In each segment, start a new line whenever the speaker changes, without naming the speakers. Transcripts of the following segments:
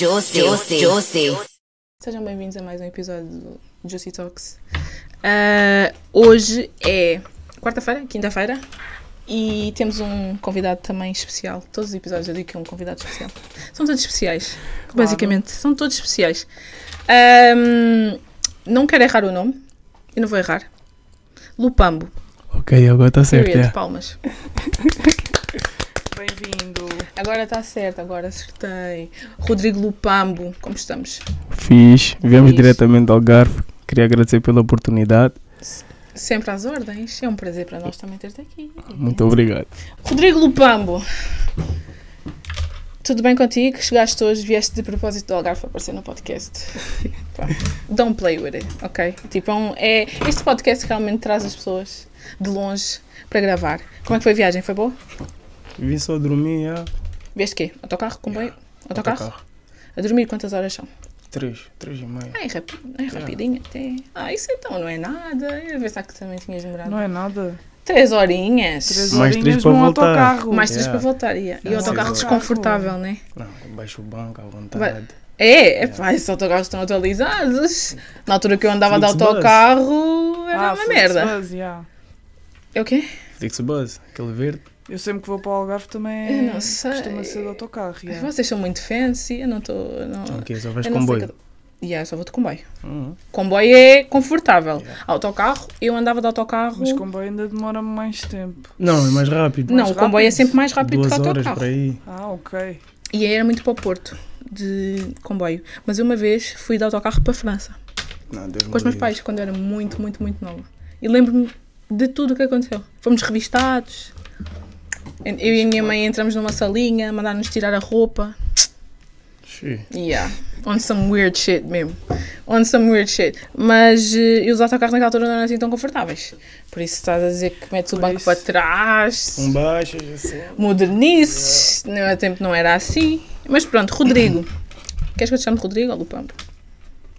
Josie, Josie, Josie.
Sejam bem-vindos a mais um episódio do Juicy Talks. Ah, hoje é quarta-feira, quinta-feira, e temos um convidado também especial. Todos os episódios eu digo que é um convidado especial. São todos especiais, basicamente. São todos especiais. Ahm, não quero errar o nome, eu não vou errar. Lupambo,
Ok, agora está certo. é.
period,
yeah.
palmas.
Bem-vindo.
Agora está certo, agora acertei. Rodrigo Lupambo, como estamos?
Fiz, viemos
Fixe.
diretamente ao Garfo. Queria agradecer pela oportunidade.
Sempre às ordens, é um prazer para nós também ter-te aqui.
Muito obrigado.
Rodrigo Lupambo, tudo bem contigo? Chegaste hoje, vieste de propósito do Algarve aparecer no podcast. Pá, Don't play with it, ok? Tipo, é um- é, este podcast realmente traz as pessoas de longe para gravar. Como é que foi a viagem? Foi boa?
Vim só dormir é? há
Vieste quê? Autocarro? Comboio? Autocarro? A dormir quantas horas são?
Três, três e meia.
Ai, rapi ai rapidinho até. Ah, isso então não é nada. Eu ia pensar que também tinhas demorado.
Não é nada.
Três horinhas.
Três
Mais
horinhas
três para
num
voltar.
autocarro.
Mais três
Yeah.
para voltar, ia. E o
Não,
autocarro
sim, sim.
desconfortável, né?
Não, baixo o banco à vontade.
É, é pá, esses autocarros estão atualizados. Na altura que eu andava de
Flixbus.
autocarro era
Ah,
é uma
Flixbus,
merda.
yeah.
É o quê?
Flixbus, aquele verde.
Eu sempre que vou para o Algarve também
Eu não sei.
costuma ser de autocarro. yeah.
Vocês são muito fancy, eu não estou. Não...
Então, ok, só vais
eu não sei
comboio.
que- Yeah, eu só vou de comboio.
Hum,
Comboio é confortável.
Yeah.
Autocarro, eu andava de autocarro.
Mas comboio ainda demora mais tempo.
Não, é mais rápido.
Não,
mais
o comboio é
rápido.
sempre mais rápido
Duas
que o
horas
autocarro.
para aí.
Ah, ok.
E aí era muito para o Porto, de comboio. Mas eu uma vez fui de autocarro para a França.
Não, Deus
com os meus
me livre.
pais quando eu era muito, muito, muito nova. E lembro-me de tudo o que aconteceu. Fomos revistados. Eu e a minha mãe entramos numa salinha, mandaram-nos tirar a roupa.
Xiii.
Yeah. On some weird shit mesmo. On some weird shit. Mas eh, e os autocarros naquela altura não eram assim tão confortáveis. Por isso estás a dizer que metes o
Por
banco
isso.
para trás.
Um baixo, já sei.
Modernices. No meu tempo não era assim. Mas pronto, Rodrigo. Queres que eu te chame de Rodrigo ou Lupambo?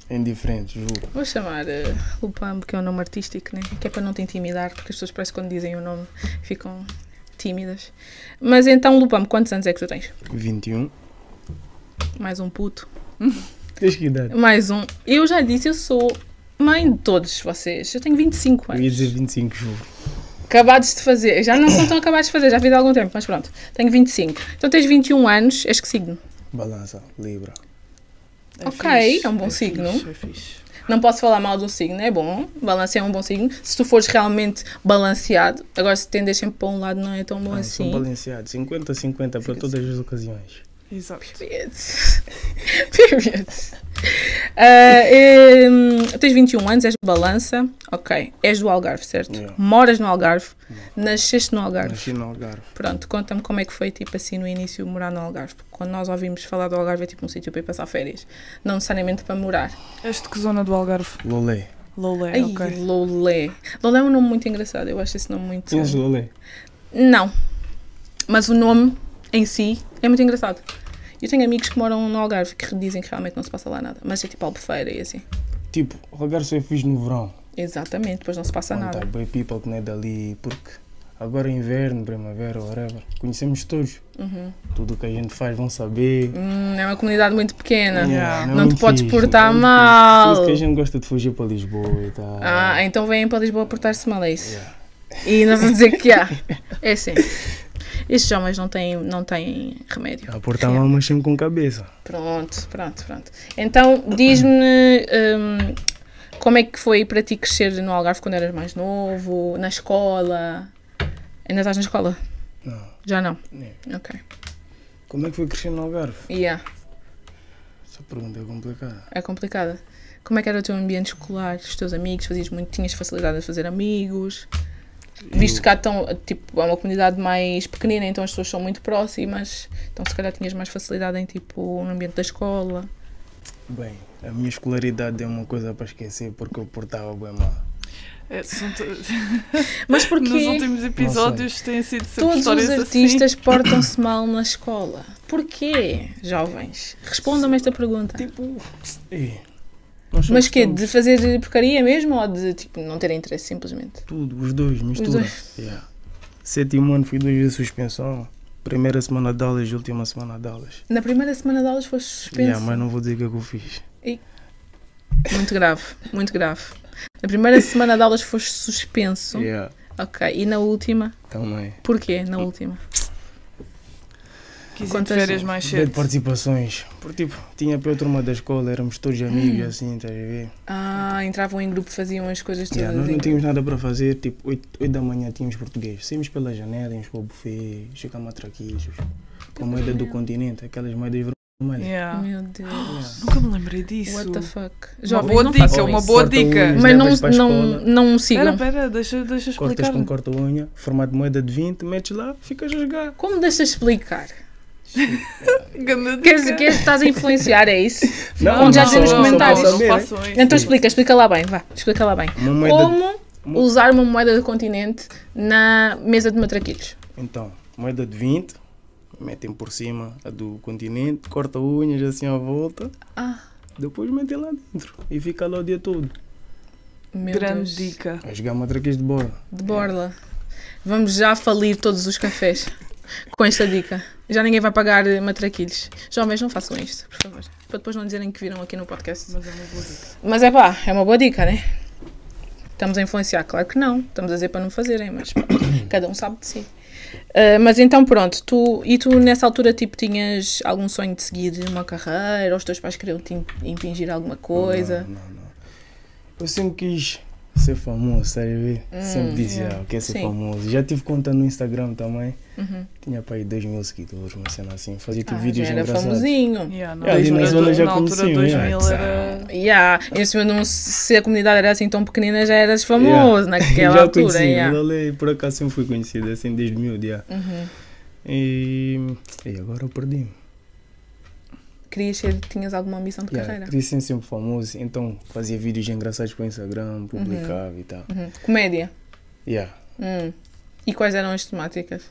Indiferente, juro.
Vou chamar eh, Lupambo, que é um nome artístico, né? que é para não te intimidar, porque as pessoas parece que quando dizem o nome ficam tímidas. Mas então, Lupambo, quantos anos é que tu tens?
21.
Mais um puto.
Tens que idade?
Mais um. Eu já disse, eu sou mãe de todos vocês. Eu tenho 25
Eu ia dizer
anos.
25, juro.
Acabados de fazer. Já não são tão acabados de fazer, já fiz há algum tempo, mas pronto. Tenho 25. Então tens 21 anos, és que signo?
Balança, Libra.
É
Ok,
fixe,
é um bom signo.
Fixe, é fixe.
Não posso falar mal do signo, é bom. Balancear é um bom signo. Se tu fores realmente balanceado, agora se tendes sempre para um lado, não é tão bom
Ah,
assim.
São balanceados. 50-50 para todas as ocasiões.
Exato.
Period. Period. Ah, em, tens 21 anos, és de balança. Ok. És do Algarve, certo?
Yeah.
Moras no Algarve. Nasceste no Algarve.
Nasci no Algarve.
Pronto, conta-me como é que foi, tipo assim, no início, morar no Algarve. Porque quando nós ouvimos falar do Algarve, é tipo um sítio para ir passar férias. Não necessariamente para morar.
Este que zona do Algarve?
Lolé.
Loulé,
É,
Ai,
ok.
Lolé. Lolé é um nome muito engraçado. Eu acho esse nome muito...
Tinhas Lolé?
Não. Mas o nome em si é muito engraçado. Eu tenho amigos que moram no Algarve que dizem que realmente não se passa lá nada. Mas é tipo albufeira e assim.
Tipo, Algarve só é fixe no verão.
Exatamente, depois não se passa
Quando
Tá nada.
há bem people que não é dali, porque agora é inverno, primavera, whatever. Conhecemos todos.
Uhum.
Tudo o que a gente faz vão saber.
Hum, é uma comunidade muito pequena.
Yeah.
Não te
muito
podes
fixe,
portar
não é muito
mal.
fixe. Por isso que a gente gosta de fugir para Lisboa e tal.
Ah, então vêm para Lisboa portar-se mal, é isso?
Yeah.
E nós vamos dizer que há. É assim. Estes homens não têm, não têm remédio.
A Ah, portar mal, mas sempre com cabeça.
Pronto, pronto, pronto. Então, diz-me hum, como é que foi para ti crescer no Algarve quando eras mais novo, na escola? Ainda estás na escola?
Não.
Já não?
né?
Ok.
Como é que foi crescer no Algarve?
Yeah,
Essa pergunta é complicada.
é complicada. Como é que era o teu ambiente escolar? Os teus amigos? Fazias muito, tinhas facilidade a fazer amigos? Visto que há tão, tipo, é uma comunidade mais pequenina, então as pessoas são muito próximas, então se calhar tinhas mais facilidade em, tipo, no ambiente da escola.
Bem, a minha escolaridade é uma coisa para esquecer porque eu portava bem mal.
É, são to-
Mas porquê?
Nos últimos episódios têm sido sempre
Todos os
histórias assim,
assim.
artistas portam-se mal na escola. Porquê, jovens? Respondam-me esta pergunta.
Tipo. Ei, nós só
Mas quê?
gostamos
De fazer porcaria mesmo ou de tipo, não ter interesse simplesmente?
Tudo, os dois, mistura.
dois.
Yeah. Sétimo ano fui duas vezes suspensão. Primeira semana de aulas e última semana de aulas.
Na primeira semana de aulas foste suspenso.
Yeah, mas não vou dizer o que é que eu fiz.
Muito grave, muito grave. Na primeira semana de aulas foste suspenso.
Yeah,
Ok, e na última?
também.
Porquê na última?
Quis ir de
Quantas-
férias mais
Cheio
cedo.
de participações. Porque, tipo, tinha para a turma da escola, éramos todos amigos,
Hum.
assim, estás a ver?
Ah, entravam em grupo, faziam as coisas todas.
Yeah, nós
em-
não tínhamos nada para fazer, tipo, 8, da manhã tínhamos português. Saímos pela janela, íamos para o buffet, chegamos a traquichos. Com a moeda do continente, aquelas moedas vermelhas.
Yeah.
Meu Deus.
Yeah.
Nunca me lembrei disso.
Hum. What the fuck?
Uma
Jovens,
boa
não
dica,
façam
é uma
isso.
boa
Corta
dica.
unhas.
Mas não,
Levas para a
não,
escola.
não sigam.
Pera, pera, deixa, deixa
Cortas
explicar.
com corta-unha, formato de moeda de 20, metes lá, ficas a jogar.
Como deixas explicar?
Ganda dica.
Queres, queres, estás a influenciar, é isso?
Não,
Onde já
não,
dizer nos
não,
comentários.
Não, não façam isso.
Então explica, explica lá bem, vá, explica lá bem.
Uma moeda de-
Como usar uma moeda do continente na mesa de matraquilhos?
Então, moeda de 20, metem por cima a do continente, corta unhas assim à volta,
Ah,
depois metem lá dentro e fica lá o dia todo.
meu Deus.
Grande dica.
A jogar matraquês de borda.
De borla. Vamos já falir todos os cafés com esta dica. Já ninguém vai pagar eh, matraquilhos. Jovens, não façam isto, por favor. Para depois não dizerem que viram aqui no podcast.
Mas é uma boa dica.
Mas é pá, é uma boa dica, né? Estamos a influenciar, claro que não. Estamos a dizer para não fazerem, mas pá, cada um sabe de si. Ah, mas então pronto, tu e tu nessa altura tipo tinhas algum sonho de seguir uma carreira, ou os teus pais queriam te im- impingir alguma coisa?
Não, não, não. Eu sempre quis ser famoso, sabe? ver? sempre dizia, ah, eu quero ser
Hum, Sim.
famoso. Já tive conta no Instagram também.
Uhum.
Tinha para aí 2 mil seguidores, uma cena assim. Fazia tipo
Ah,
vídeos
já era
engraçados.
famosinho.
Yeah, na
Yeah, ali É, na
altura,
zona já
na altura
conheciam,
2000
yeah. uh,
era...
Yeah. em cima não, se a comunidade era assim tão pequenina, já eras famoso naquela
já
altura.
conheci,
yeah.
ele, por acaso sempre fui conhecido assim desde miúdo, já.
Uhum.
E, e agora eu perdi-me.
Querias ser, tinhas alguma ambição de
Yeah,
carreira?
queria ser sempre famoso, então fazia vídeos engraçados para o Instagram, publicava e tal.
Uhum. Comédia.
Yeah,
Hum. E quais eram as temáticas?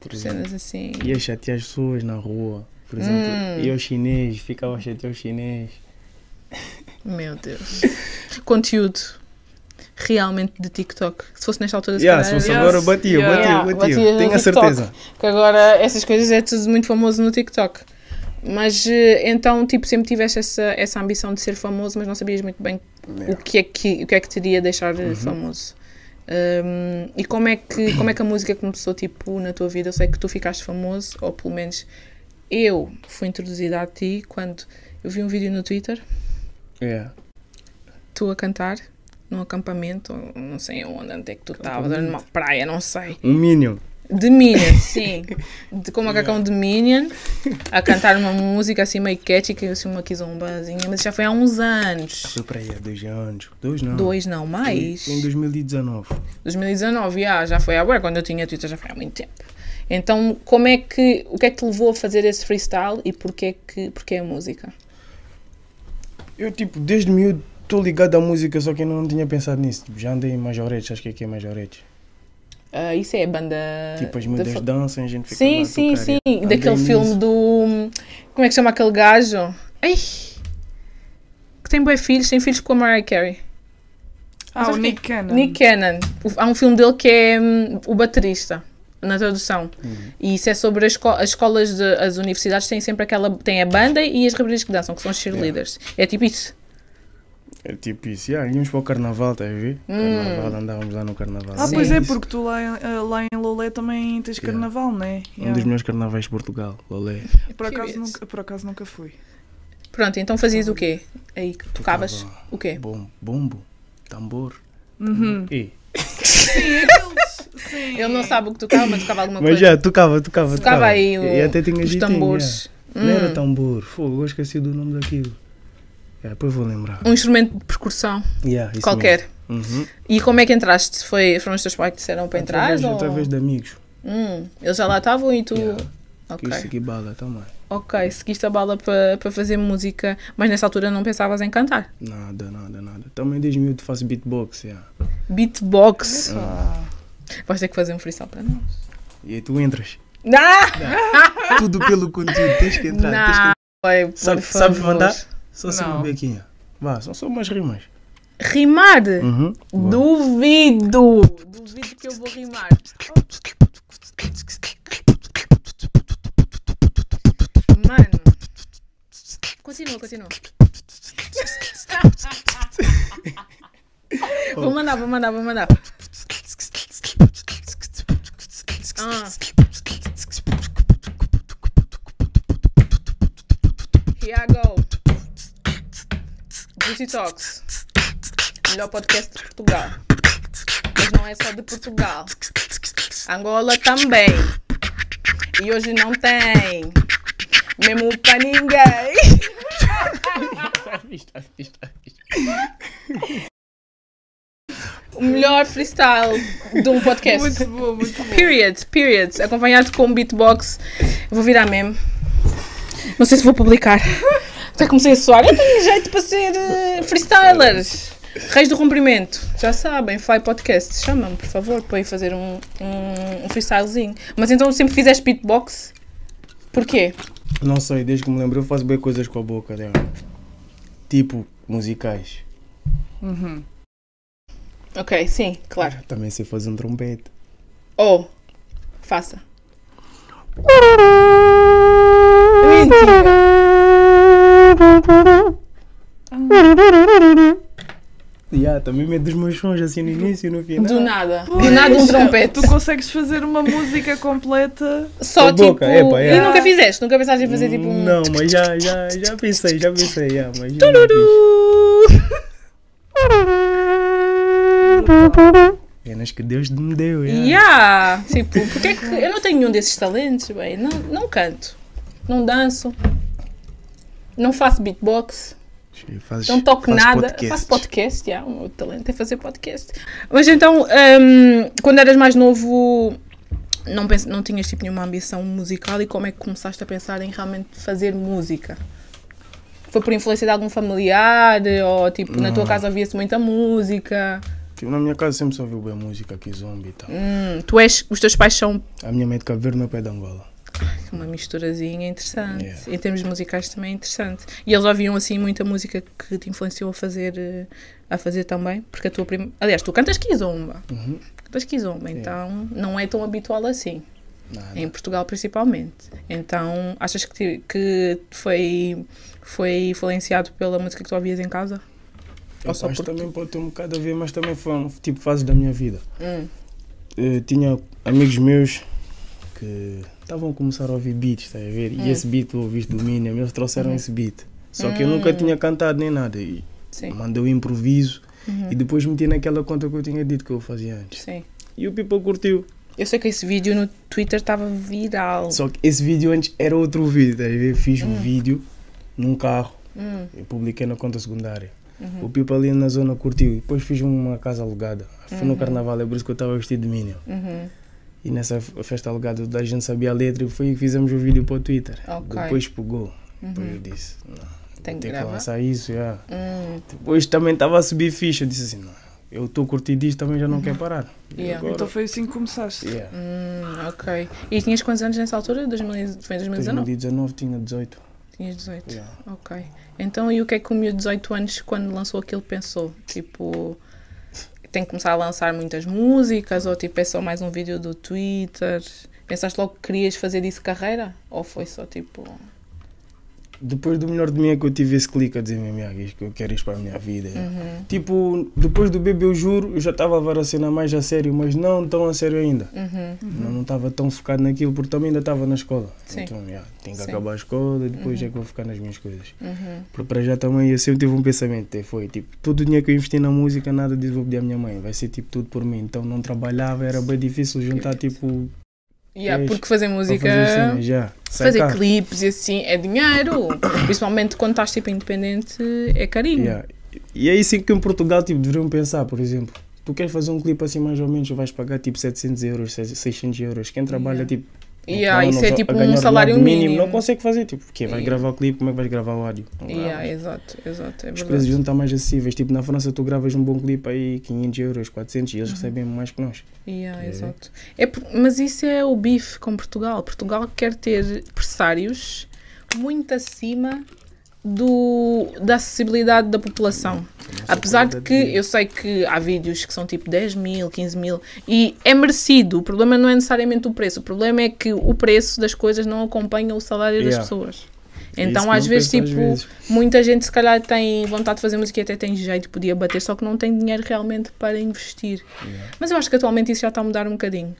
por exemplo.
Cenas assim.
Ia chatear as pessoas na rua, por exemplo.
Hum.
Ia ao chinês, ficava a chatear o chinês.
Meu Deus. Conteúdo realmente de TikTok. Se fosse nesta altura, se
Yeah, se
calhar
fosse
era-
Yes,
agora, batia,
yeah.
batia,
Yeah,
batia.
batia no
Tenho a
TikTok.
certeza.
Que agora essas coisas é tudo muito famoso no TikTok. Mas eh, então, tipo, sempre tiveste essa, essa ambição de ser famoso, mas não sabias muito bem o
Yeah. Uhum.
que é que, o que, é que teria deixar eh, famoso. Hum, e como é, que, como é que a música começou, tipo, na tua vida? Eu sei que tu ficaste famoso, ou pelo menos eu fui introduzida a ti quando eu vi um vídeo no Twitter
Yeah.
tu a cantar num acampamento, ou não sei onde, onde é que tu estavas, era numa praia, não sei.
Um Minion.
De Minion, sim. De, com uma cacão de Minion, a cantar uma música assim meio catchy, que eu assim uma quizombazinha, mas já foi há uns anos.
Foi para aí há dois anos. Dois não.
Dois, não,
Foi
mais.
Em 2019.
2019, ah, já foi agora, quando eu tinha Twitter já foi há muito tempo. Então, como é que, o que é que te levou a fazer esse freestyle e porquê, é que, porquê a música?
Eu, tipo, desde miúdo estou ligado à música, só que eu não tinha pensado nisso. Tipo, já andei em majoretes, acho que é que é majoretes.
Ah, isso é a banda...
tipo, as
de
miúdas
fa-
dançam, a gente fica lá
Sim,
a
sim,
tocar,
sim.
yeah. Andei
Daquele
nisso.
filme do. Como é que chama aquele gajo? Ai! Que tem bué filhos, tem filhos com a Mariah Carey.
Ah, o
Sabes é
Nick Cannon.
Nick Cannon. O- Há um filme dele que é hum, O Baterista, na tradução.
Uhum.
E isso é sobre as, esco- as escolas, de, as universidades têm sempre aquela. têm a banda e as raparigas que dançam, que são os cheerleaders. É tipo isso.
É tipo isso, yeah, íamos para o carnaval, estás a ver?
Hum.
Carnaval, andávamos lá no carnaval.
Ah,
Sim.
pois é,
Isso.
porque tu lá, em- eh, lá em Lolé também tens
Yeah.
carnaval, não é?
Um dos meus carnavais de Portugal, lolé.
Por, acaso,
Period.
nunca, por acaso nunca fui.
Pronto, então fazias o quê? Aí que tocavas
Tocava
o quê?
Bom, bombo, tambor.
Hum.
Uhum.
E.
Sim.
Ele não sabe o que tocava, mas tocava alguma
Mas
coisa.
já, tocava, tocava,
Tocava aí o-
E até tinha
os
jeitinho,
tambores.
yeah. Não
Hum.
era tambor, fogo, eu esqueci do nome daquilo. Yeah, depois vou lembrar.
Um instrumento de percussão
Yeah, isso
Hum. qualquer.
mesmo. Uhum.
E como é que entraste? Foi, foram os teus pais que disseram para entrar?
Através,
ou...
através de amigos.
Hum, eles já lá estavam e tu.
Yeah.
Ok,
Que isso aqui bala tá, também.
ok, seguiste a bala para para fazer música, mas nessa altura não pensavas em cantar.
Nada, nada, nada. Também desde miúdo faço beatbox, yeah.
Beatbox.
Ah,
Vais ter que fazer um freestyle para nós.
E aí tu entras.
Ah!
Tudo pelo conteúdo, tens que entrar, tens que
Não! Vai, por
Sabe-
favor.
sabes mandar? Só se
Não.
uma bequinha. Vá, são só umas rimas.
Rimar?
Uhum.
Duvido! Duvido que eu vou rimar. Continua, continua. Vou mandar, vou mandar, vou mandar. Ah. Here I go. Juicy Talks. Melhor podcast de Portugal. Mas não é só de Portugal. Angola também. E hoje não tem. Mesmo pra ninguém.
Está fixe, está fixe, está fixe.
O melhor freestyle de um podcast.
Muito boa, muito boa.
Period, period. Acompanhado com beatbox. Eu vou virar meme. Não sei se vou publicar. Já comecei a soar. Eu tenho jeito para ser eh, freestylers. Reis do cumprimento. Já sabem, Fly Podcast. Chama-me, por favor, para ir fazer um, um, um freestylezinho. Mas então sempre fizeste beatbox? Porquê?
Não sei, desde que me lembro eu faço bem coisas com a boca dela. Tipo musicais.
Uhum.
Ok, sim, claro.
Também sei fazer um trompete.
Ou, faça. Mentira.
Yeah, também medo dos meus sons assim no início e no final.
Do nada. Do nada um
Pois,
trompete.
Tu consegues fazer uma música completa.
Só
Com a boca,
tipo.
epa, é.
E nunca fizeste? Nunca pensaste em fazer tipo um.
Não, mas já, já, já pensei, já pensei, yeah, mas já não fiz. Apenas que Deus me deu, yeah.
Yeah! Tipo, porque é que eu não tenho nenhum desses talentos, bem? Não, não canto, não danço, não faço beatbox,
Fazes-
não toco
fazes
nada,
podcasts.
faço podcast, yeah, o meu talento é fazer podcast. Mas então, hum, quando eras mais novo, não, pens- não tinhas tipo nenhuma ambição musical e como é que começaste a pensar em realmente fazer música? Foi por influência de algum familiar ou tipo, na tua casa ouvia-se muita música?
Tipo, na minha casa sempre só ouviu bem música aqui, zombie e tal.
Hum, tu és, os teus pais são
A minha mãe de Cabo Verde, meu pai é de Angola.
Uma misturazinha interessante.
Yeah.
Em termos musicais também é interessante. E eles ouviam assim muita música que te influenciou a fazer, eh, a fazer também? Porque a tua prima. Aliás, tu cantas Kizomba.
Uhum.
Cantas Kizomba, então
Yeah. É
não é tão habitual assim.
Nada.
Em Portugal principalmente. Então, achas que, te- que foi, foi influenciado pela música que tu ouvias em casa?
Eu
só
acho
por
também pode ter um bocado a ver, mas também foram tipo fases da minha vida.
Hum.
Eh, tinha amigos meus que estavam a começar a ouvir beats, estás a ver?
Hum.
E esse beat eu ouviste do Minion, eles trouxeram esse beat. Só que eu nunca tinha cantado nem nada. E
Hum. Sim. Uhum.
mandei o improviso e depois meti naquela conta que eu tinha dito que eu fazia antes.
Sim.
E o people curtiu.
Eu sei que esse vídeo no Twitter estava viral.
Só que esse vídeo antes era outro vídeo, estás a ver? Fiz um vídeo num carro.
Hum. Uhum.
Eu publiquei na conta secundária. O people ali na zona curtiu. E depois fiz uma casa alugada. Foi no carnaval, é por isso que eu estava vestido de Minion.
Uhum.
E nessa f- festa alugada da gente sabia a letra e foi aí que fizemos o vídeo para o Twitter.
Ok. Uhum.
Depois pegou. Depois eu disse, não,
Tem que
tem que
gravar.
lançar isso, já.
Hum.
Depois também estava a subir ficha, eu disse assim, não, eu estou curtindo isto, também já não quero parar. E
Uhum. Yeah.
agora-
Então foi assim que começaste.
Yeah.
Hum, ok. E tinhas quantos anos nessa altura? 2000, foi em 2019?
2019 tinha 18.
Tinhas 18.
Yeah.
Ok. Então, e o que é que o meu 18 anos, quando lançou aquilo, pensou? Tipo, tem que começar a lançar muitas músicas? Ou tipo, é só mais um vídeo do Twitter? Pensaste logo que querias fazer disso carreira? Ou foi só tipo.
Depois do melhor de mim é que eu tive esse clique a dizer mesmo, "Ah, isto que eu quero isto para a minha vida.
Uhum.
Tipo, depois do bebê, eu juro, eu já estava a levar a cena mais a sério, mas não tão a sério ainda.
Uhum.
Não- Não estava tão focado naquilo porque também ainda estava na escola.
Sim.
Então, yeah, tenho que
Sim.
acabar a escola e depois é que vou focar nas minhas coisas.
Uhum.
Porque para já também eu sempre tive um pensamento: eh, foi tipo, todo o dinheiro que eu investi na música, nada disso vou pedir à minha mãe, vai ser tipo tudo por mim. Então não trabalhava, era bem difícil juntar tipo.
Yeah,
Pois,
porque fazer
para
música.
Fazer cenas, já. Sai
Fazer
cá.
clipes e assim é dinheiro. Principalmente quando estás tipo independente, é carinho.
Yeah. E é isso que em Portugal tipo, deveriam pensar, por exemplo. Tu queres fazer um clipe assim mais ou menos, vais pagar tipo 700 euros, 600 euros. Quem trabalha
Yeah.
tipo
Yeah,
não-
isso é
a
tipo
ganhar
um
do
salário
lado
mínimo.
Não consegue fazer, tipo, porque vais
Yeah.
gravar o clipe, como é que vais gravar o áudio? Não
Yeah,
gravas.
exato, exato, é
Os preços
verdade.
não estão mais acessíveis. Tipo, na França tu gravas um bom clipe aí, 500 euros, 400, e
Uhum.
eles recebem mais que nós.
Yeah, exato. É, por- mas isso é o bife com Portugal. Portugal quer ter pressários muito acima do, da acessibilidade da população. Apesar de
é qualidade
que
de vida.
eu sei que há vídeos que são tipo 10 mil, 15 mil e é merecido. O problema não é necessariamente o preço. O problema é que o preço das coisas não acompanha o salário das
Yeah.
pessoas. Então,
Isso
às
não
vezes,
penso
tipo,
às vezes.
muita gente se calhar tem vontade de fazer música e até tem jeito, podia bater, só que não tem dinheiro realmente para investir. Mas eu acho que atualmente isso já está a mudar um bocadinho.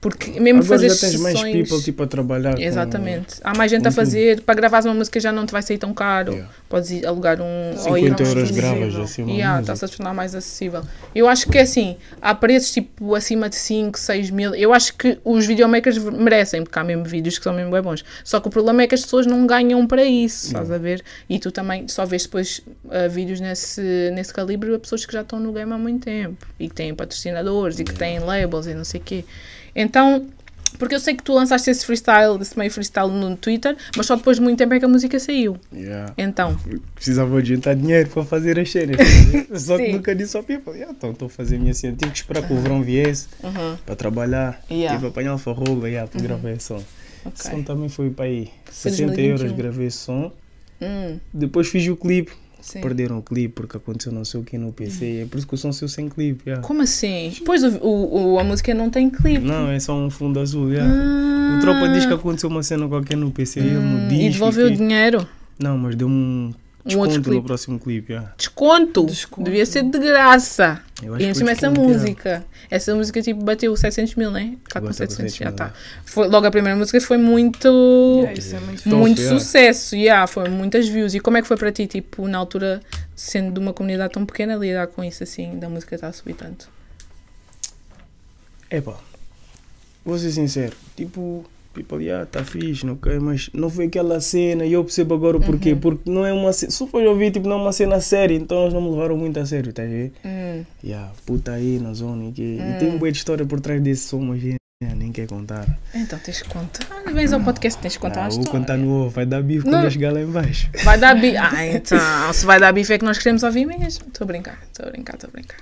Porque mesmo
Agora
fazer
já tens mais
sessões...
people tipo, a trabalhar. com-
Exatamente. Há mais gente a
com tudo.
fazer. Para gravar uma música já não te vai sair tão caro.
Yeah.
Podes ir alugar um ou ir
50 euros
Acessível.
gravas assim, uma
Yeah, tá
música.
está-se a tornar mais acessível. Eu acho que é assim, há preços tipo acima de 5, 6 mil. Eu acho que os videomakers merecem, porque há mesmo vídeos que são mesmo bem bons. Só que o problema é que as pessoas não ganham para isso, estás a ver? E tu também só vês depois ah, vídeos nesse, nesse calibre a pessoas que já estão no game há muito tempo e que têm patrocinadores e que têm labels e não sei o quê. Então. Porque eu sei que tu lançaste esse freestyle, esse meio freestyle no Twitter, mas só depois de muito tempo é que a música saiu.
Yeah.
Então,
Precisava de juntar dinheiro para fazer as cenas. Só que
Sim.
nunca disse ao people. Yeah, então estou a fazer a minha cena. Tive que esperar que o verão viesse
Uhum,
para trabalhar.
Yeah.
Tive que apanhar alfarroba yeah,
Uhum.
para gravar esse som. O
ok.
som também foi para aí. 60 euros
2021.
gravei esse som.
Hum,
Depois fiz o clipe.
um. sim. Uhum.
Perderam o clipe porque aconteceu não sei o que no PC. É por isso que o som saiu sem clipe. yeah.
Como assim? Pois o, o- o- a música não tem clipe. Ah.
Não, é só um fundo azul. yeah. O tropa diz que aconteceu uma cena qualquer no PC. eu no um disco
E devolveu
que-
o dinheiro.
Não, mas deu um
Hum, Um outro
desconto no
clipe.
próximo clipe. yeah.
Desconto.
Desconto.
Devia ser de graça.
Eu
E
acho
em
que
cima
foi
essa
desconto, yeah.
música. Essa música tipo bateu 700 mil, né? Está com
Agora tá com
700, já
700 mil,
está. Foi, logo a primeira música foi muito.
É, isso é muito
Então,
muito
foi, yeah.
sucesso, yeah, foi muitas views. E como é que foi para ti, tipo, na altura, sendo de uma comunidade tão pequena, lidar com isso assim, da música estar a subir tanto?
Epá, vou ser sincero, tipo, people, yeah, tá fixe, não quer, mas não foi aquela cena e eu percebo agora o
Uhum.
porquê, porque não é uma cena, se for ouvir, tipo, não é uma cena séria, então eles não me levaram muito a sério, tá a ver?
Hum,
Yeah, puta aí na zona e que, e tem um bué de história por trás desse som, mas yeah, nem quer contar.
então tens que contar. Vens ao podcast, tens que contar
Ah,
a
vou
história.
contar no ovo, vai dar bife
Não.
quando eu chegar lá em baixo.
Vai dar bife. Ah, então, se vai dar bife é que nós queremos ouvir mesmo. Estou a brincar, estou a brincar, estou a brincar.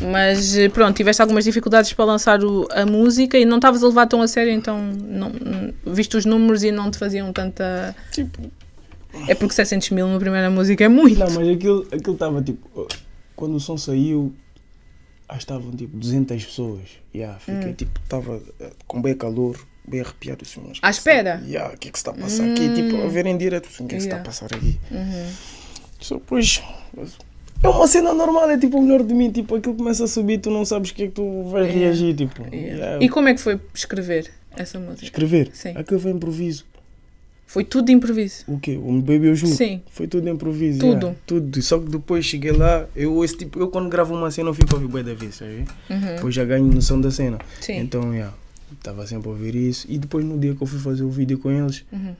Mas eh, pronto, tiveste algumas dificuldades para lançar o- a música e não estavas a levar tão a sério, então não, não- viste os números e não te faziam tanta.
Tipo,
É porque 700 mil na primeira música é muito.
não, mas aquilo aquilo estava tipo, quando o som saiu, acho que estavam tipo 200 pessoas, yeah,
Hum.
fiquei tipo, estava com bem calor, bem arrepiado, assim, mas
À espera. Hum.
Yeah, o que é que se está a passar aqui? Tipo, a ver em direto, assim, o que é que
Yeah.
se está a passar aqui?
Uhum.
Só pois. É uma cena normal, é tipo o melhor de mim, tipo, aquilo começa a subir, tu não sabes o que é que tu vais
Yeah.
reagir, tipo.
Yeah.
yeah.
E como é que foi escrever essa música?
Escrever.
Sim.
Aquilo foi improviso.
Foi tudo de improviso.
O quê? O Baby Eu Juro?
Sim.
Foi tudo improviso.
Tudo.
yeah, Tudo. Só que depois cheguei lá, eu ouço, tipo, eu quando gravo uma cena eu fico a ouvir bué da vez, sabe?
Uhum.
Depois já ganho noção da cena.
Sim.
Então, yeah, estava sempre a ouvir isso. E depois no dia que eu fui fazer o vídeo com eles,
Uhum.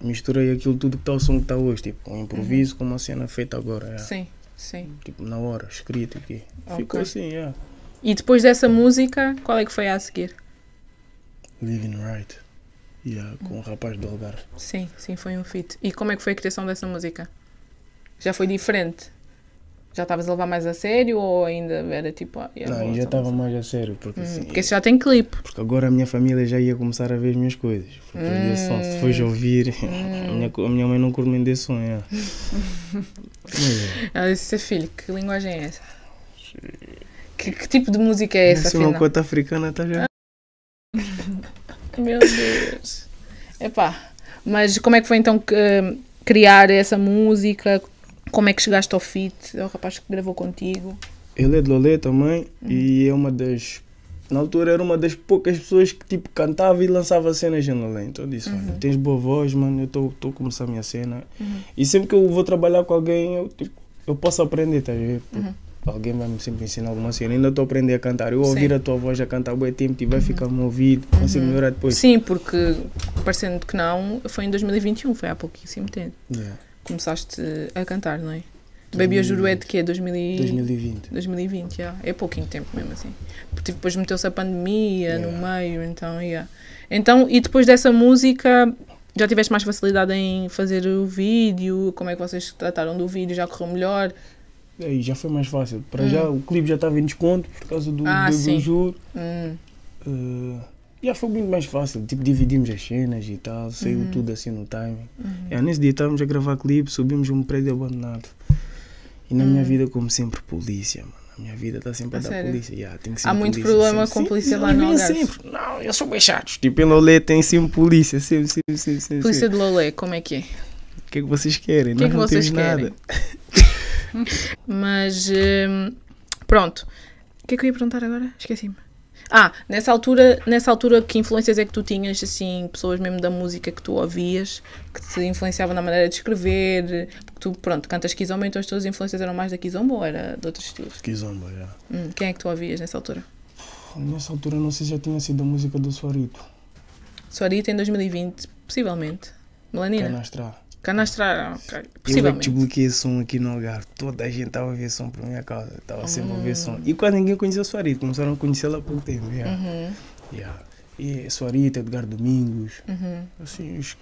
misturei aquilo tudo que está o som que está hoje, tipo, um improviso com uma cena feita agora, yeah.
Uhum. Sim, sim.
tipo, na hora, escrito aqui.
Ok.
Ficou assim, yeah.
E depois dessa música, qual é que foi a seguir?
Living Right, yeah, com o rapaz do Algarve.
Sim, sim, foi um feat. E como é que foi a criação dessa música? Já foi diferente? Já estavas a levar mais a sério ou ainda era tipo. Ah, yeah,
Não,
vou
eu já
lançar
estava
uma
mais a sério, porque
música.
assim,
Uhum, Hum, Porque esse já tem clipe.
porque agora a minha família já ia começar a ver as minhas coisas. Porque desse som, se fores ouvir, a, minha, co- a minha mãe não curte muito desse som, yeah. Mas, é.
Ela disse: "Seu filho, que linguagem é essa? Que, que tipo de música é essa,
Se uma
afinal?
cota africana, tá já.
Meu Deus. Epá, mas como é que foi então que, hum, criar essa música? Como é que chegaste ao feat? Ao rapaz que gravou contigo?
Ele é de Lolé também
Uhum.
e é uma das. Na altura era uma das poucas pessoas que tipo cantava e lançava cenas em Lolé. Então eu disse:
Uhum.
Olha, tens boa voz, mano, eu estou a começar a minha cena. E sempre que eu vou trabalhar com alguém, eu, tipo, eu posso aprender, tá a ver? Porque
Uhum.
Alguém vai me sempre ensinar alguma cena. Ainda estou a aprender a cantar. Eu ouvir a tua voz a cantar bem tempo e vai ficar no ouvido, tipo, consigo melhorar depois.
Uhum. Sim, porque parecendo que não, foi em 2021, foi há pouquíssimo tempo.
Yeah.
começaste a cantar, não é? Baby, eu juro é de quê? 2000 e-
2020.
2020, já. é pouquinho tempo mesmo assim. Porque depois meteu-se a pandemia no meio, então, yeah. então, e depois dessa música, já tiveste mais facilidade em fazer o vídeo? Como é que vocês trataram do vídeo? Já correu melhor?
Aí já foi mais fácil. Para já o clipe já estava em desconto por causa do,
Uhum. Ah,
do,
sim.
do juro.
Hum,
Eh, já foi muito mais fácil, tipo, dividimos as cenas e tal, saiu
Uhum.
tudo assim no timing. É, nesse dia estávamos a gravar clipe, subimos um prédio abandonado. E na minha vida, como sempre, polícia, mano. A minha vida está sempre
Uhum. A
a dar
sério?
polícia. Yeah, tem que ser
Há muito
polícia,
problema
sempre.
com
Sim,
polícia lá
eles
no
vêm
Algarve.
sempre. Não, eu sou bem chato. Tipo, em Lolé tem sempre polícia, sempre, sempre, sempre. sempre,
Polícia
sempre.
de Lolé, como é que é?
que é que vocês querem?
O que é
Nós
que
não
vocês
temos
querem?
nada.
Mas hum, pronto. O que é que eu ia perguntar agora? Esqueci-me. Ah, nessa altura, nessa altura, que influências é que tu tinhas, assim, pessoas mesmo da música que tu ouvias, que te influenciavam na maneira de escrever? Porque tu, pronto, cantas Kizomba, então as tuas influências eram mais da Kizomba ou era de outros estilos?
Kizomba, já.
Hum, quem é que tu ouvias nessa altura?
Nessa altura não sei se já tinha sido a música do Suarito.
Suarita em 2020, possivelmente. Melanina?
Canastra.
Canastra, ok.
Eu é que
Possivelmente.
desbloqueei som aqui no Algarve. Toda a gente estava a ver som por minha causa. Estava sempre a ver som. E quase ninguém conhecia o Suarito. Começaram a conhecê-la há pouco tempo. já. Já. E Suarito, Edgar Domingos. Assim, os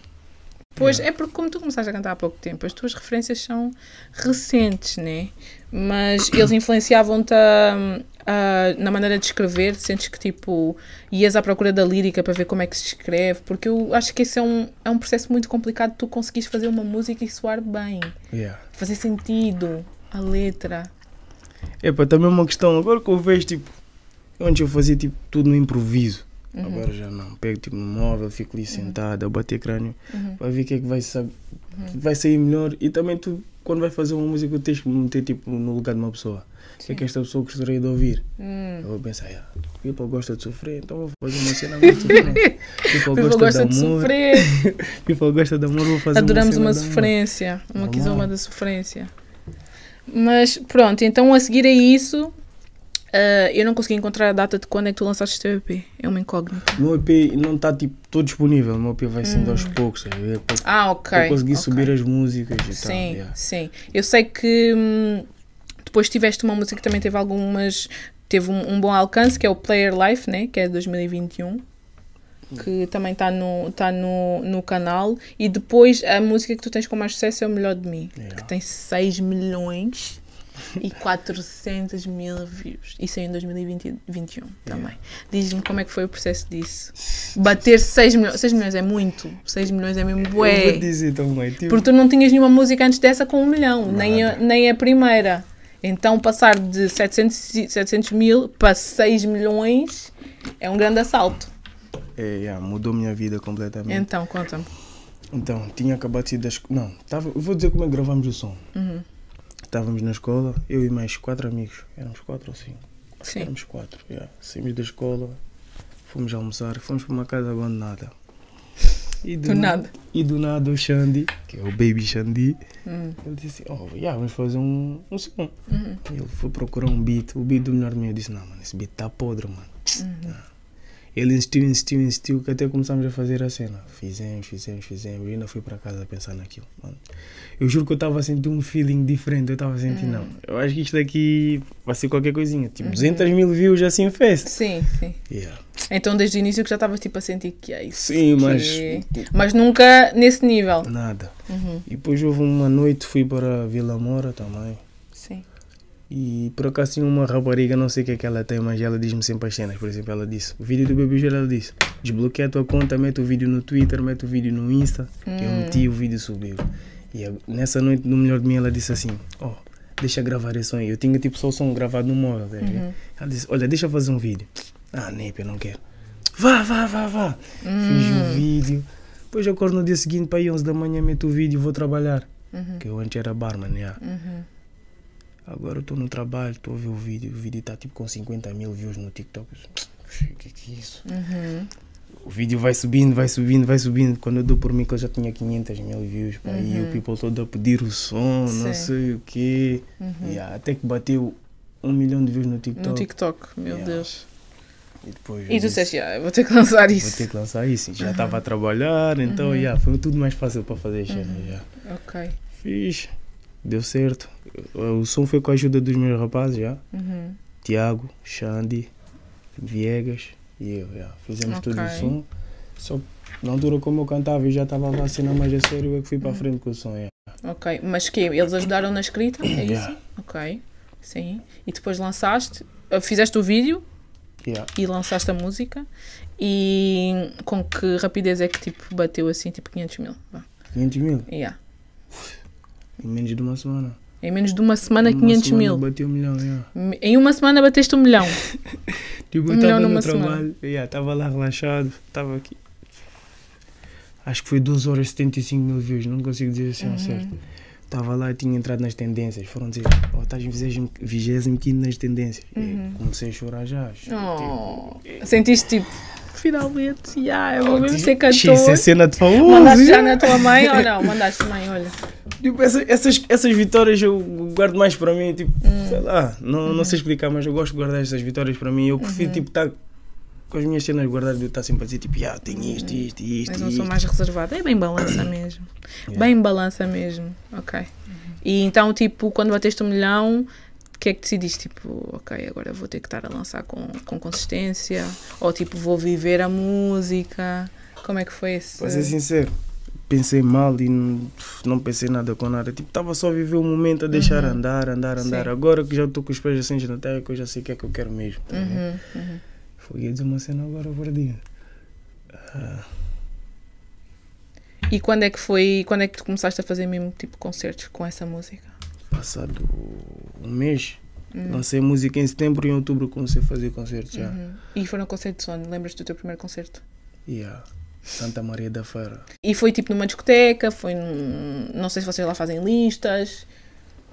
Pois é porque como tu começaste a cantar há pouco tempo, as tuas referências são recentes, né? Mas eles influenciavam-te hum, a- na maneira de escrever, sentes que tipo ias à procura da lírica para ver como é que se escreve, porque eu acho que esse é um, é um processo muito complicado de tu conseguires fazer uma música e soar bem,
Yeah.
fazer sentido, a letra.
Epá, também é uma questão. Agora que eu vejo, tipo, antes eu fazia tipo, tudo no improviso. Agora já não. Pego tipo, no móvel, fico ali sentado a bater crânio para ver o que é que vai, sa- que vai sair melhor. E também tu, quando vais fazer uma música, tens que me meter tipo, no lugar de uma pessoa. O que é que esta pessoa gostaria de ouvir?
Hum,
Eu vou pensar, ah, o people gosta de sofrer, então vou fazer uma cena mais sofrente. People
People
gosta,
gosta
de
de
amor,
sofrer,
people gosta de amor, vou fazer
adoramos
uma
uma
cena de amor.
sofrência, uma
Vamos
quizoma
lá.
da sofrência. Mas pronto, então a seguir a isso, ah, eu não consegui encontrar a data de quando é que tu lançaste o teu EP. É uma incógnita.
O meu EP não está tipo, todo disponível, o meu EP vai sendo aos poucos. sabe? É pouco-
Ah, Hum. ok.
Eu consegui
ok.
subir as músicas e tal.
Sim,
yeah.
sim. Eu sei que hum, depois tiveste uma música que também teve algumas. teve um, um bom alcance, que é o Player Life, né? que é de 2021.
Hum.
Que também está no, tá no, no canal. E depois a música que tu tens com mais sucesso é O Melhor de Mim,
Yeah.
que tem 6 milhões e 400 mil views. Isso é em 2021 também. Diz-me como é que foi o processo disso. Bater 6 milhões. 6 milhões é muito. 6 milhões é mesmo bué.
Eu vou dizer também, tipo,
Porque tu não tinhas nenhuma música antes dessa com um milhão, nem a, nem a primeira. Então passar de 700, e- 700 mil para 6 milhões é um grande assalto.
é, yeah, mudou minha vida completamente.
Então, conta-me.
Então, tinha acabado de sair da escola. Não, tava, eu vou dizer como é que gravamos o som.
Uhum.
Estávamos na escola, eu e mais quatro amigos. Éramos quatro ou cinco?
Sim.
Éramos quatro. yeah. Saímos da escola, fomos almoçar, fomos para uma casa abandonada. E
Do nada.
E do nada o Xandi, que é o Baby Xandi, ele disse assim, oh, yeah, vamos fazer um, um som. Ele foi procurar um beat, o beat do melhor meu, eu disse, não, mano, esse beat tá podre, mano. Ah. Ele insistiu, insistiu, insistiu, que até começámos a fazer a cena. Fizemos, fizemos, fizemos, e ainda fui para casa a pensar naquilo, mano. Eu juro que eu estava a sentir um feeling diferente, eu estava a sentir, não, eu acho que isto daqui vai ser qualquer coisinha, tipo, 200 mil views assim em festa.
Sim, sim.
Yeah.
Então desde o início que já estavas tipo a sentir que é isso.
Sim, mas-
Mas nunca nesse nível. Uhum,
Nada. E depois houve uma noite, fui para Vila Moura também.
Sim.
E por acaso tinha uma rapariga, não sei o que é que ela tem, mas ela diz-me sempre as cenas. Por exemplo, ela disse: o vídeo do Baby Jura, ela disse: desbloqueia a tua conta, mete o vídeo no Twitter, mete o vídeo no Insta. Eu meti o vídeo e subiu. E a- nessa noite, no melhor de mim, ela disse assim: ó, deixa gravar esse som aí. Eu tinha tipo só o som gravado no móvel. tá a ver? Ela disse: olha, deixa eu fazer um vídeo. Ah, nem, eu não quero. Vá, vá, vá, vá. Fiz
Hum.
o vídeo. Depois eu acordo no dia seguinte, para aí 11 da manhã, meto o vídeo e vou trabalhar.
Uhum.
Que eu antes era barman, yeah. Agora eu estou no trabalho, estou a ver o vídeo, o vídeo está tipo com 50 mil views no TikTok. Eu disse, "Puxa, O que, que é isso?
Uhum.
O vídeo vai subindo, vai subindo, vai subindo. Quando eu dou por mim que eu já tinha 500 mil views, pá, e o people todo a pedir o som,
Uhum. Sim.
não sei o quê. Yeah, até que bateu um milhão de views no TikTok.
Uhum. No TikTok, meu
Yeah.
Deus.
E, depois eu
E tu
disse,
disseste, "Ya, eu vou ter que lançar
Vou
isso.
ter que lançar isso. Já estava a trabalhar, então yeah, foi tudo mais fácil para fazer as cenas. yeah.
Ok.
Fiz, deu certo. O o som foi com a ajuda dos meus rapazes já.
Uhum.
Tiago, Xande, Viegas e eu. já. Fizemos
Ok.
todo o som. Só na altura como eu cantava e já estava a vacinar mais a sério, eu é que fui
Hum.
para a frente com o som. já.
Ok, mas que eles ajudaram na escrita? É isso?
Yeah.
Ok, sim. E depois lançaste, eh, fizeste o vídeo
Já.
e lançaste a música. E com que rapidez é que tipo bateu assim, tipo 500 mil? Vá.
500 mil
Yeah.
em menos de uma semana.
Em menos de uma semana,
Uma
500
semana
mil.
Bati um milhão, já.
M- Em uma semana bateste um milhão.
Tipo,
Um milhão
eu estava no
numa
trabalho, estava lá relaxado, estava aqui. acho que foi 2 horas e 75 mil views, não consigo dizer assim
Uhum.
ao certo. Estava lá e tinha entrado nas tendências, foram dizer, oh, estás em 25 nas tendências. E comecei a chorar já, acho.
Uhum. Oh, sentiste tipo, finalmente, yeah, eu vou mesmo
Tipo,
ser
"Xis, Isso é
cantor.
cena de famoso.
Mandaste já
yeah."
na tua mãe ou não? Mandaste mãe, olha.
Tipo, essa- essas, essas vitórias eu guardo mais para mim, tipo,
Hum.
sei lá, não, não
Uhum.
sei explicar, mas eu gosto de guardar essas vitórias para mim. Eu prefiro, tipo, estar com as minhas cenas guardadas, de eu estar sempre a dizer, tipo, ah, tenho isto, isto, isto,
Mas
isto.
não sou mais reservada. É bem balança mesmo. Bem balança mesmo. Ok. E então, tipo, quando bateste o milhão, o que é que decidiste? Tipo, ok, agora vou ter que estar a lançar com, com consistência. Ou tipo, vou viver a música. Como é que foi esse?
Para ser sincero, pensei mal e não, não pensei nada com nada. Tipo, estava só a viver o momento, a deixar andar, andar, andar.
Uhum. Sim.
Agora que já estou com os pés assim na terra, que eu já sei o que é que eu quero mesmo. tá ligado?
Uhum, uhum.
Foi ia dizer uma cena agora perdida.
E quando é que foi? Quando é que tu começaste a fazer mesmo tipo concertos com essa música? Hum,
Passado um mês, lancei música em setembro e em outubro comecei a fazer concertos já.
Uhum. E foram concertos onde? Lembras do teu primeiro concerto?
Yeah. ah, Santa Maria da Feira.
E foi tipo numa discoteca, foi num... Não sei se vocês lá fazem listas.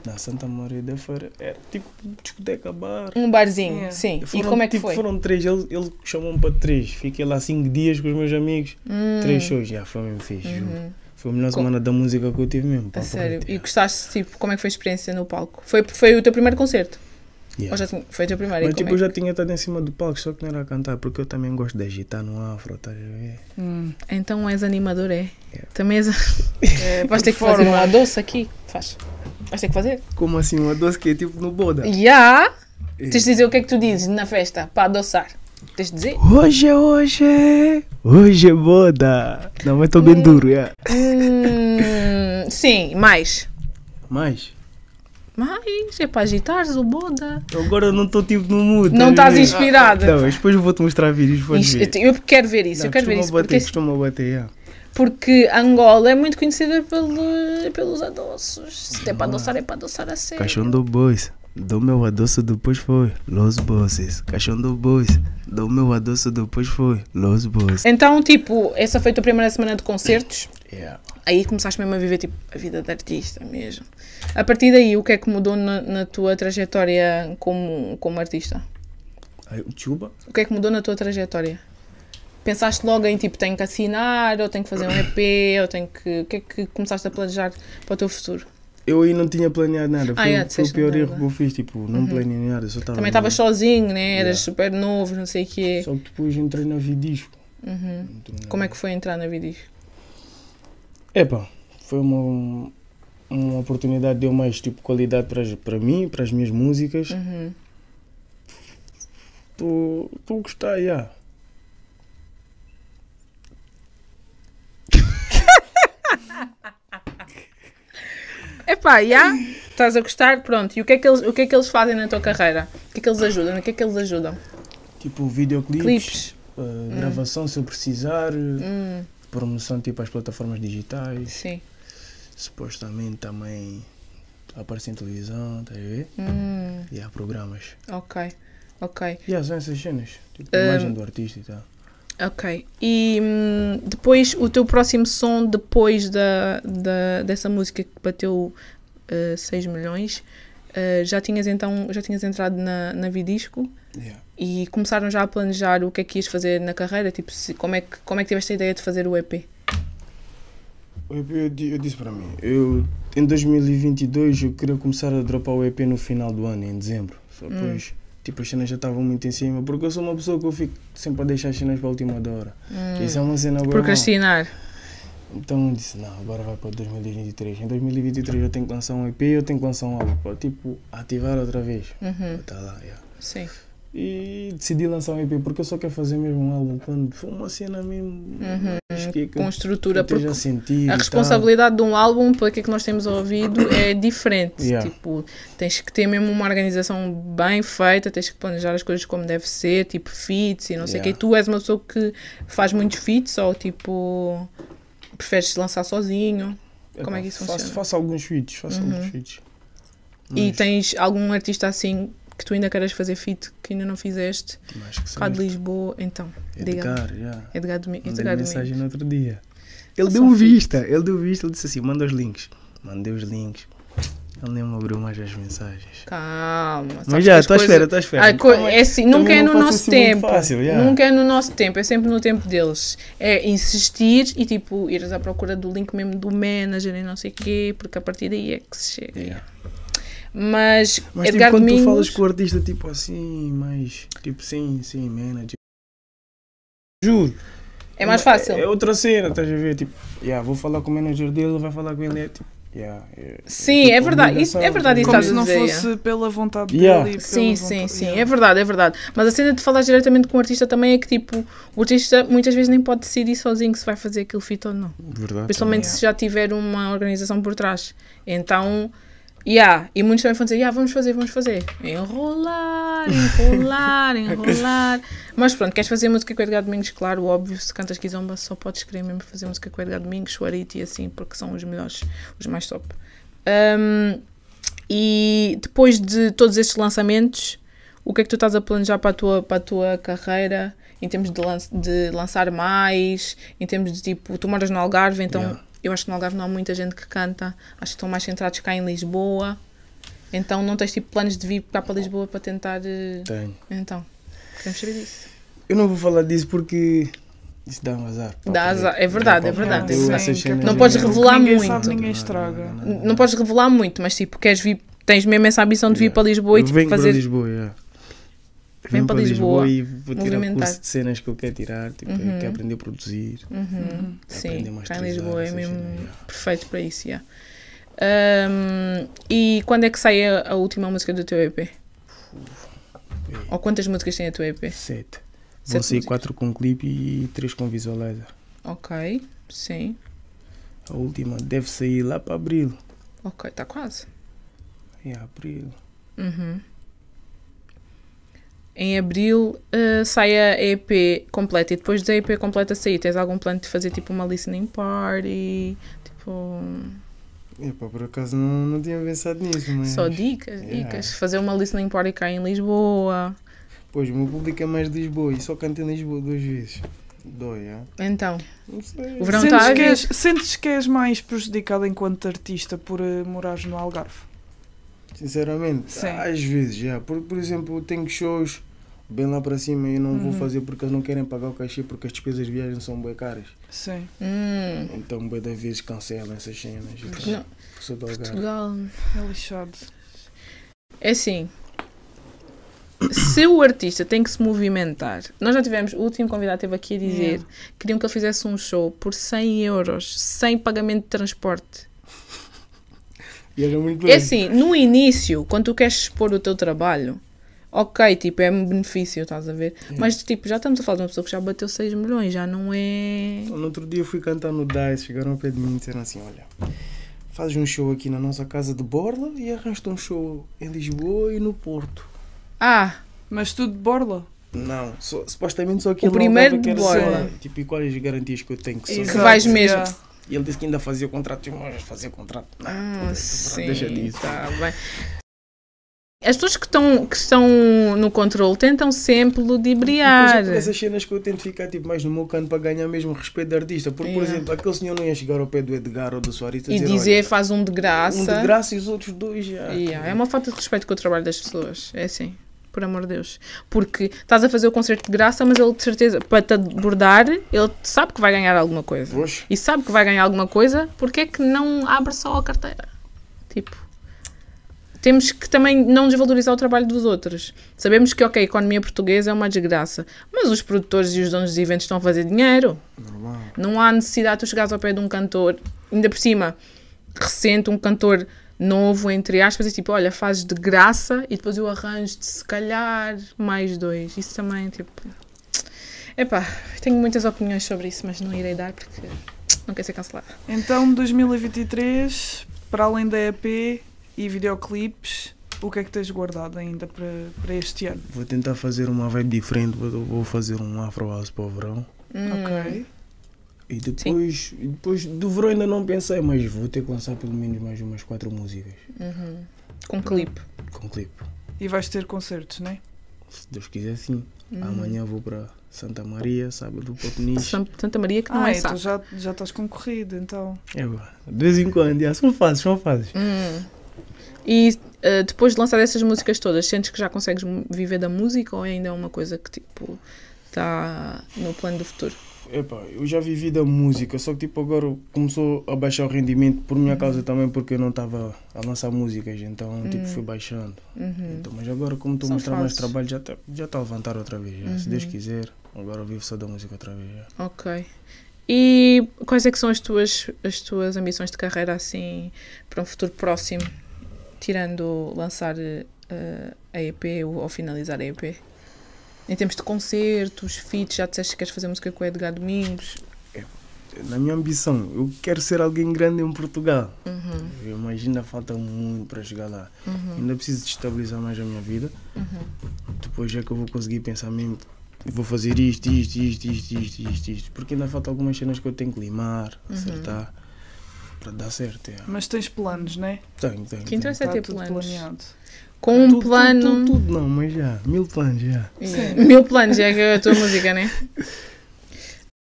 Na Santa Maria da Feira era tipo discoteca bar.
Um barzinho,
Yeah.
sim.
Foram,
e como é que
tipo,
foi?
Foram três, ele, ele chamou-me para três. Fiquei lá cinco dias com os meus amigos.
Hum,
Três shows, já foi mesmo fixe, juro. Foi a melhor
Com-
semana da música que eu tive mesmo.
A
papo
hum, sério.
reto,
E
yeah.
gostaste, tipo, como é que foi a experiência no palco? Foi, foi o teu primeiro concerto?
Yeah.
Ou já tinha- foi o teu primeiro?
Mas
e como
tipo, eu
é
já tinha estado em cima do palco, só que não era a cantar, porque eu também gosto de agitar no afro, tá É. estás a ver?
Hum.
que- Então és animador, é?
Yeah.
Também és...
É,
Vais ter que fazer
performance.
uma doce aqui? Faz. Vais ter que fazer?
Como assim, uma doce que é tipo no boda?
Já!
É.
Tens de dizer o que é que tu dizes na festa para adoçar. Tens de dizer?
Hoje é hoje, é- hoje é boda. Não, mas estou
É.
bem duro, yeah.
Hum, sim, mais.
Mas,
Mais, é para agitares o boda.
agora eu não estou tipo no mood.
Não
tá a
estás
ver?
inspirada.
Não, mas depois eu vou-te mostrar vídeos, podes
Isto-
ver.
eu quero ver isso, eu
Não,
quero ver
costuma
isso.
bater,
Porque,
costuma bater, yeah.
porque Angola é muito conhecida pelo- pelos adoços. Se é
Ah.
para adoçar, é para adoçar a sério.
Caixão do bois, do meu adoço depois foi, los bosses. Caixão do bois, do meu adoço depois foi, los bosses.
Então, tipo, essa foi a tua primeira semana de concertos.
Yeah.
Aí começaste mesmo a viver tipo, a vida de artista mesmo. A partir daí, o que é que mudou na, na tua trajetória como, como artista?
Aí, o Chuba,
O que é que mudou na tua trajetória? Pensaste logo em tipo, tenho que assinar, ou tenho que fazer um EP, ou tenho que. O que é que começaste a planejar para o teu futuro?
eu aí não tinha planeado nada, foi,
Ah, yeah,
o- foi o
disseste
pior
nada.
erro que eu fiz, tipo, não planejei nada, só estava...
Uhum. Também estavas sozinho, né? Eras super novo, não sei o quê.
Só que depois entrei na Vidisco.
Como é que foi entrar na Vidis?
Epá, foi uma, uma oportunidade, deu mais tipo qualidade para, as- para mim, para as minhas músicas.
Uhum.
Estou a gostar, já.
Epá, já? Estás a gostar? Pronto. E o que, é que eles, o que é que eles fazem na tua carreira? O que é que eles ajudam? O que é que eles ajudam?
Tipo videoclipes,
Clipes.
eh, gravação se eu precisar, eh, promoção tipo às plataformas digitais,
Sim.
supostamente também aparece em televisão, estás a ver?
Hum,
E há programas.
ok. Ok.
E há são essas cenas, tipo
Eh,
a imagem do artista e tal.
Ok. E hum, depois, o teu próximo som, depois da, da, dessa música que bateu eh, 6 milhões, eh, já tinhas então, já tinhas entrado na, na Vidisco
Yeah.
e começaram já a planejar o que é que ias fazer na carreira? Tipo, se, como, é que, como é que tiveste a ideia de fazer o EP?
O EP, eu, di- eu disse para mim, eu em 2022 eu queria começar a dropar o EP no final do ano, em dezembro. Só depois, tipo, as cenas já estavam muito em cima, porque eu sou uma pessoa que eu fico sempre a deixar as cenas para a última da hora.
Hum.
Isso é uma cena boa.
Procrastinar.
Então eu disse, não, agora vai para 2023. Em 2023 eu tenho que lançar um EP, eu tenho que lançar um álbum, para tipo, ativar outra vez.
Uhum,
Tá lá, yeah.
sim.
E decidi lançar um EP porque eu só quero fazer mesmo um álbum quando for uma cena mesmo acho que, que
Eh, Com
eu
estrutura.
esteja
Uhum.
assim
Porque
a sentir. e
a
tal.
responsabilidade de um álbum, pelo que é que nós temos ouvido, é diferente.
Yeah.
Tipo, tens que ter mesmo uma organização bem feita, tens que planejar as coisas como deve ser, tipo fits e não sei o quê.
Yeah.
Tu és uma pessoa que faz muitos fits ou tipo preferes lançar sozinho? Como é que isso
faço,
funciona? Uhum.
Faço alguns feats, faço alguns feats.
E tens algum artista assim que tu ainda queres fazer fit que ainda não fizeste?
Mas que
Cá de
são
Lisboa, então, diga-me. É
Edgar, yeah.
Edgar Domi-
É Mandei
Edgar Domingos.
mensagem no outro dia. Ele
Só
deu
um feed.
vista, ele deu vista, ele disse assim, manda os links. Mandei os links. Ele nem me abriu mais as mensagens.
Calma. sabes
Mas
que
já,
as
estou à
coisas-
espera, estou à espera.
Ah, co- é assim,
então também
nunca é no
não faço
nosso
assim muito
tempo.
fácil, yeah.
Nunca é no nosso tempo, é sempre no tempo deles. É insistir e tipo, ires à procura do link mesmo do manager e não sei o quê, porque a partir daí é que se chega.
Yeah.
Mas,
Mas tipo,
É Edgar
quando
Domingos,
tu falas com o artista, tipo assim, mais. Tipo, sim, sim, manager. Juro.
é mais fácil.
É, outra cena, estás a ver? Tipo, yeah, vou falar com o manager dele, vai falar com ele. É, tipo, yeah, é,
Sim,
tipo,
é verdade, isso-
obrigação,
é verdade, isso
Como
estás
estás
se
a
não
dizer,
fosse pela vontade
Yeah.
dele. e
Sim,
pela
sim,
vontade-
sim,
Yeah.
é verdade, é verdade. Mas a cena de falar diretamente com o artista também é que, tipo, o artista muitas vezes nem pode decidir sozinho se vai fazer aquele fit ou não.
a ver? Verdade.
Principalmente se já tiver uma organização por trás. Então, yeah. E muitos também vão dizer, yeah, vamos fazer, vamos fazer. Enrolar, enrolar, enrolar. Mas pronto, queres fazer música com o Edgar Domingos? Claro, óbvio, se cantas Kizomba só podes querer mesmo fazer música com o Edgar Domingos, Suarite e assim, porque são os melhores, os mais top. Ahm, e depois de todos estes lançamentos, o que é que tu estás a planejar para a tua, para a tua carreira? Em termos de, lan- de lançar mais, em termos de tipo, tu moras no Algarve, então
Yeah.
eu acho que no Algarve não há muita gente que canta, acho que estão mais centrados cá em Lisboa. Então não tens tipo planos de vir cá para Lisboa para tentar. eh,
Tenho.
Então, queremos saber disso.
Eu não vou falar disso porque. Isso dá um azar. pá,
Dá
pá,
azar, é
pá,
verdade,
pá,
é verdade,
pá,
é
eu
verdade.
essas cenas
Não
já-
podes
O que
revelar
ninguém
muito.
Sabe, ninguém estraga.
N- Não podes revelar muito, mas tipo, queres vir, tens mesmo essa ambição de vir
Yeah.
para Lisboa e
Eu
tipo,
venho
fazer.
para Lisboa, yeah.
Vem
Venho
para
para Lisboa,
Lisboa,
e vou tirar o
movimentar.
curso de cenas que eu quero tirar, tipo, eu quero aprender a produzir.
Uhum.
aprender a
Sim, cá em
masterizar
Lisboa é
essas
mesmo
cenas, yeah.
perfeito para isso. yeah. Ahm, e quando é que sai a, a última música do teu EP? Ou quantas músicas tem a tua EP?
Sete. Vão
Sete
sair
músicas.
quatro com um clipe e três com visualizer.
Ok, sim.
A última deve sair lá para abril.
Ok, está quase.
É, abril.
Uhum. Em abril eh, sai a EP completa e depois da EP completa sair, tens algum plano de fazer tipo uma listening party? Tipo,
Epá, por acaso não, não tinha pensado nisso, mas.
só dicas,
yeah.
dicas. Fazer uma listening party cá em Lisboa.
Pois, o meu público é mais de Lisboa e só cantei em Lisboa duas vezes. Dói, é?
Então,
Não sei.
o verão
sentes,
está a
que
vir.
és, sentes que és mais prejudicado enquanto artista por eh, morares no Algarve?
Sinceramente,
Sim.
às vezes, já. Por, por exemplo, eu tenho shows bem lá para cima e eu não
Uhum.
vou fazer porque eles não querem pagar o cachê porque as despesas de viagem são bem caras.
Sim.
Hum,
Então, bem da vez cancelam essas cenas.
não,
Sou do Algarve.
Portugal.
É lixado.
É assim. Se o artista tem que se movimentar, nós já tivemos, o último convidado esteve aqui a dizer,
Yeah.
queriam que ele fizesse um show por 100 euros, sem pagamento de transporte.
E era muito
É assim, no início, quando tu queres expor o teu trabalho, ok, tipo, é um benefício, estás a ver? Mas, tipo, já estamos a falar de uma pessoa que já bateu 6 milhões, já não é.
No outro dia eu fui cantar no DICE, chegaram ao pé de mim e disseram assim, olha, fazes um show aqui na nossa casa de Borla e arrasta um show em Lisboa e no Porto.
Ah,
Mas tudo de borla.
Não, só- supostamente só que
O
ele não
primeiro
dava
de
aquela
Borla.
cena. Tipo, e quais as garantias que eu tenho que só-
Exato. vais mesmo.
yeah.
E ele disse que ainda fazia contrato, eu mas fazia contrato. Não,
ah sim,
deixa disso.
tá bem. As pessoas que estão, que estão no controle tentam sempre
Depois
ludibriar.
é por essas cenas que eu tento ficar tipo, mais no meu canto para ganhar mesmo o respeito do artista. Porque, por
Yeah.
exemplo, aquele senhor não ia chegar ao pé do Edgar ou do Soares
E
"Olha,
dizer faz um de graça.
um de graça e os outros dois já.
Yeah, é uma falta de respeito com o trabalho das pessoas. É assim, por amor de Deus. Porque estás a fazer o concerto de graça, mas ele de certeza, para te abordar, ele sabe que vai ganhar alguma coisa.
Pois.
E sabe que vai ganhar alguma coisa, porque é que não abre só a carteira? Tipo. Temos que também não desvalorizar o trabalho dos outros. Sabemos que, ok, a economia portuguesa é uma desgraça, mas os produtores e os donos de eventos estão a fazer dinheiro.
Normal.
Não há necessidade de tu chegares ao pé de um cantor, ainda por cima, recente, um cantor novo, entre aspas, e tipo, olha, fazes de graça e depois eu arranjo-te, se calhar, mais dois. Isso também, tipo. Epá, tenho muitas opiniões sobre isso, mas não irei dar porque não quero ser cancelada.
Então, 2023, para além da EP e videoclipes, o que é que tens guardado ainda para, para este ano?
Vou tentar fazer uma vibe diferente, vou, vou fazer um Afro House para o verão.
Hum.
Ok.
E depois, e depois do verão ainda não pensei, mas vou ter que lançar pelo menos mais umas quatro músicas
Com um clipe.
com clipe.
E vais ter concertos, não é?
Se Deus quiser, sim. Amanhã vou para Santa Maria, sábado para Peniche.
Santa Maria que não
Ah,
é
então
sábado.
já, já estás concorrido, então.
É, pá, de vez em quando, já, são fases, são fases.
Hum. E eh, depois de lançar essas músicas todas, sentes que já consegues m- viver da música ou ainda é uma coisa que tipo está no plano do futuro?
Epá, eu já vivi da música, só que tipo agora começou a baixar o rendimento por minha causa também, porque eu não estava a lançar músicas, então tipo fui baixando.
Uhum.
Então, mas agora como estou a
Hum. São
mostrar mais
fases. Uhum.
trabalho, já está já tá a levantar outra vez, já. se Deus quiser, agora eu vivo só da música outra vez. Já.
Ok. E quais é que são as tuas, as tuas ambições de carreira assim para um futuro próximo? Tirando lançar eh, a EP ou, ou finalizar a EP? Em termos de concertos, feats, já disseste que queres fazer música com o Edgar Domingos.
Na minha ambição, eu quero ser alguém grande em Portugal. Eu imagino ainda falta muito para chegar lá.
Uhum.
Ainda preciso de estabilizar mais a minha vida. Depois é que eu vou conseguir pensar mesmo. tipo, Vou fazer isto, isto, isto, isto, isto, isto, isto. Porque ainda falta algumas cenas que eu tenho que limar,
Uhum.
acertar, para dar certo. É.
Mas tens planos, né?
Tenho, tenho.
Que interessa é
Está
ter
tudo
planos.
planeado.
Com
tenho.
um
Tudo, tudo,
plano.
Tudo, tudo não, mas já. Mil planos já.
Yeah. Mil planos é que é a tua música, né?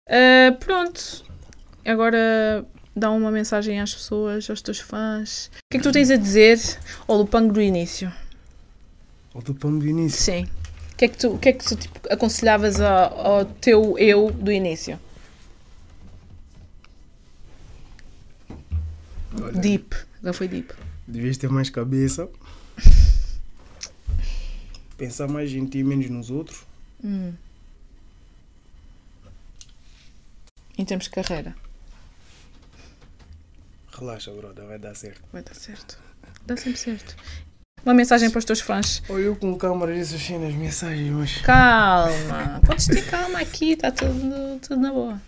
Ah, pronto. Agora dá uma mensagem às pessoas, aos teus fãs. O que é que tu tens a dizer ao Lupango do início?
Ou do pão do início.
Sim. O que é que tu, o que é que tu tipo, aconselhavas a- ao teu eu do início? Deep. Agora foi deep.
Devias ter mais cabeça. Pensar mais em ti, menos nos outros.
Hum. Em termos de carreira.
Relaxa, brother, vai dar certo.
Vai dar certo. Dá sempre certo. Uma mensagem para os teus fãs.
Olha, eu com câmaras essas cenas, mensagens, mas.
Calma, podes ter calma aqui, está tudo, tudo na boa.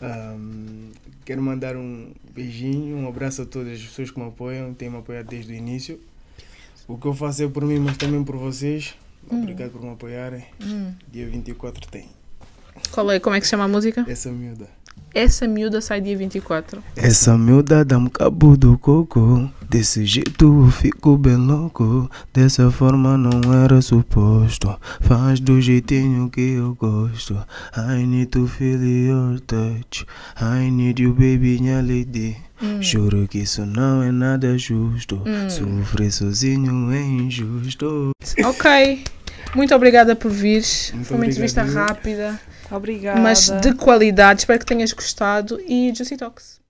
ahm, quero mandar um beijinho, um abraço a todas as pessoas que me apoiam, têm me apoiado desde o início. O que eu faço é por mim, mas também por vocês. Obrigado por me apoiarem. Dia 24 tem.
Qual é, como é que se chama a música?
Essa miúda.
Essa miúda sai dia 24.
Essa miúda dá-me cabo do coco. Desse jeito eu fico bem louco. Dessa forma não era suposto. Faz do jeitinho que eu gosto. I need to feel your touch. I need you, baby, minha lady. Juro que isso não é nada justo. Sofrer sozinho é injusto.
Ok, muito obrigada por vires.
Muito
Foi uma entrevista
obrigado.
rápida,
Obrigada.
mas de qualidade. Espero que tenhas gostado e Juicy Talks.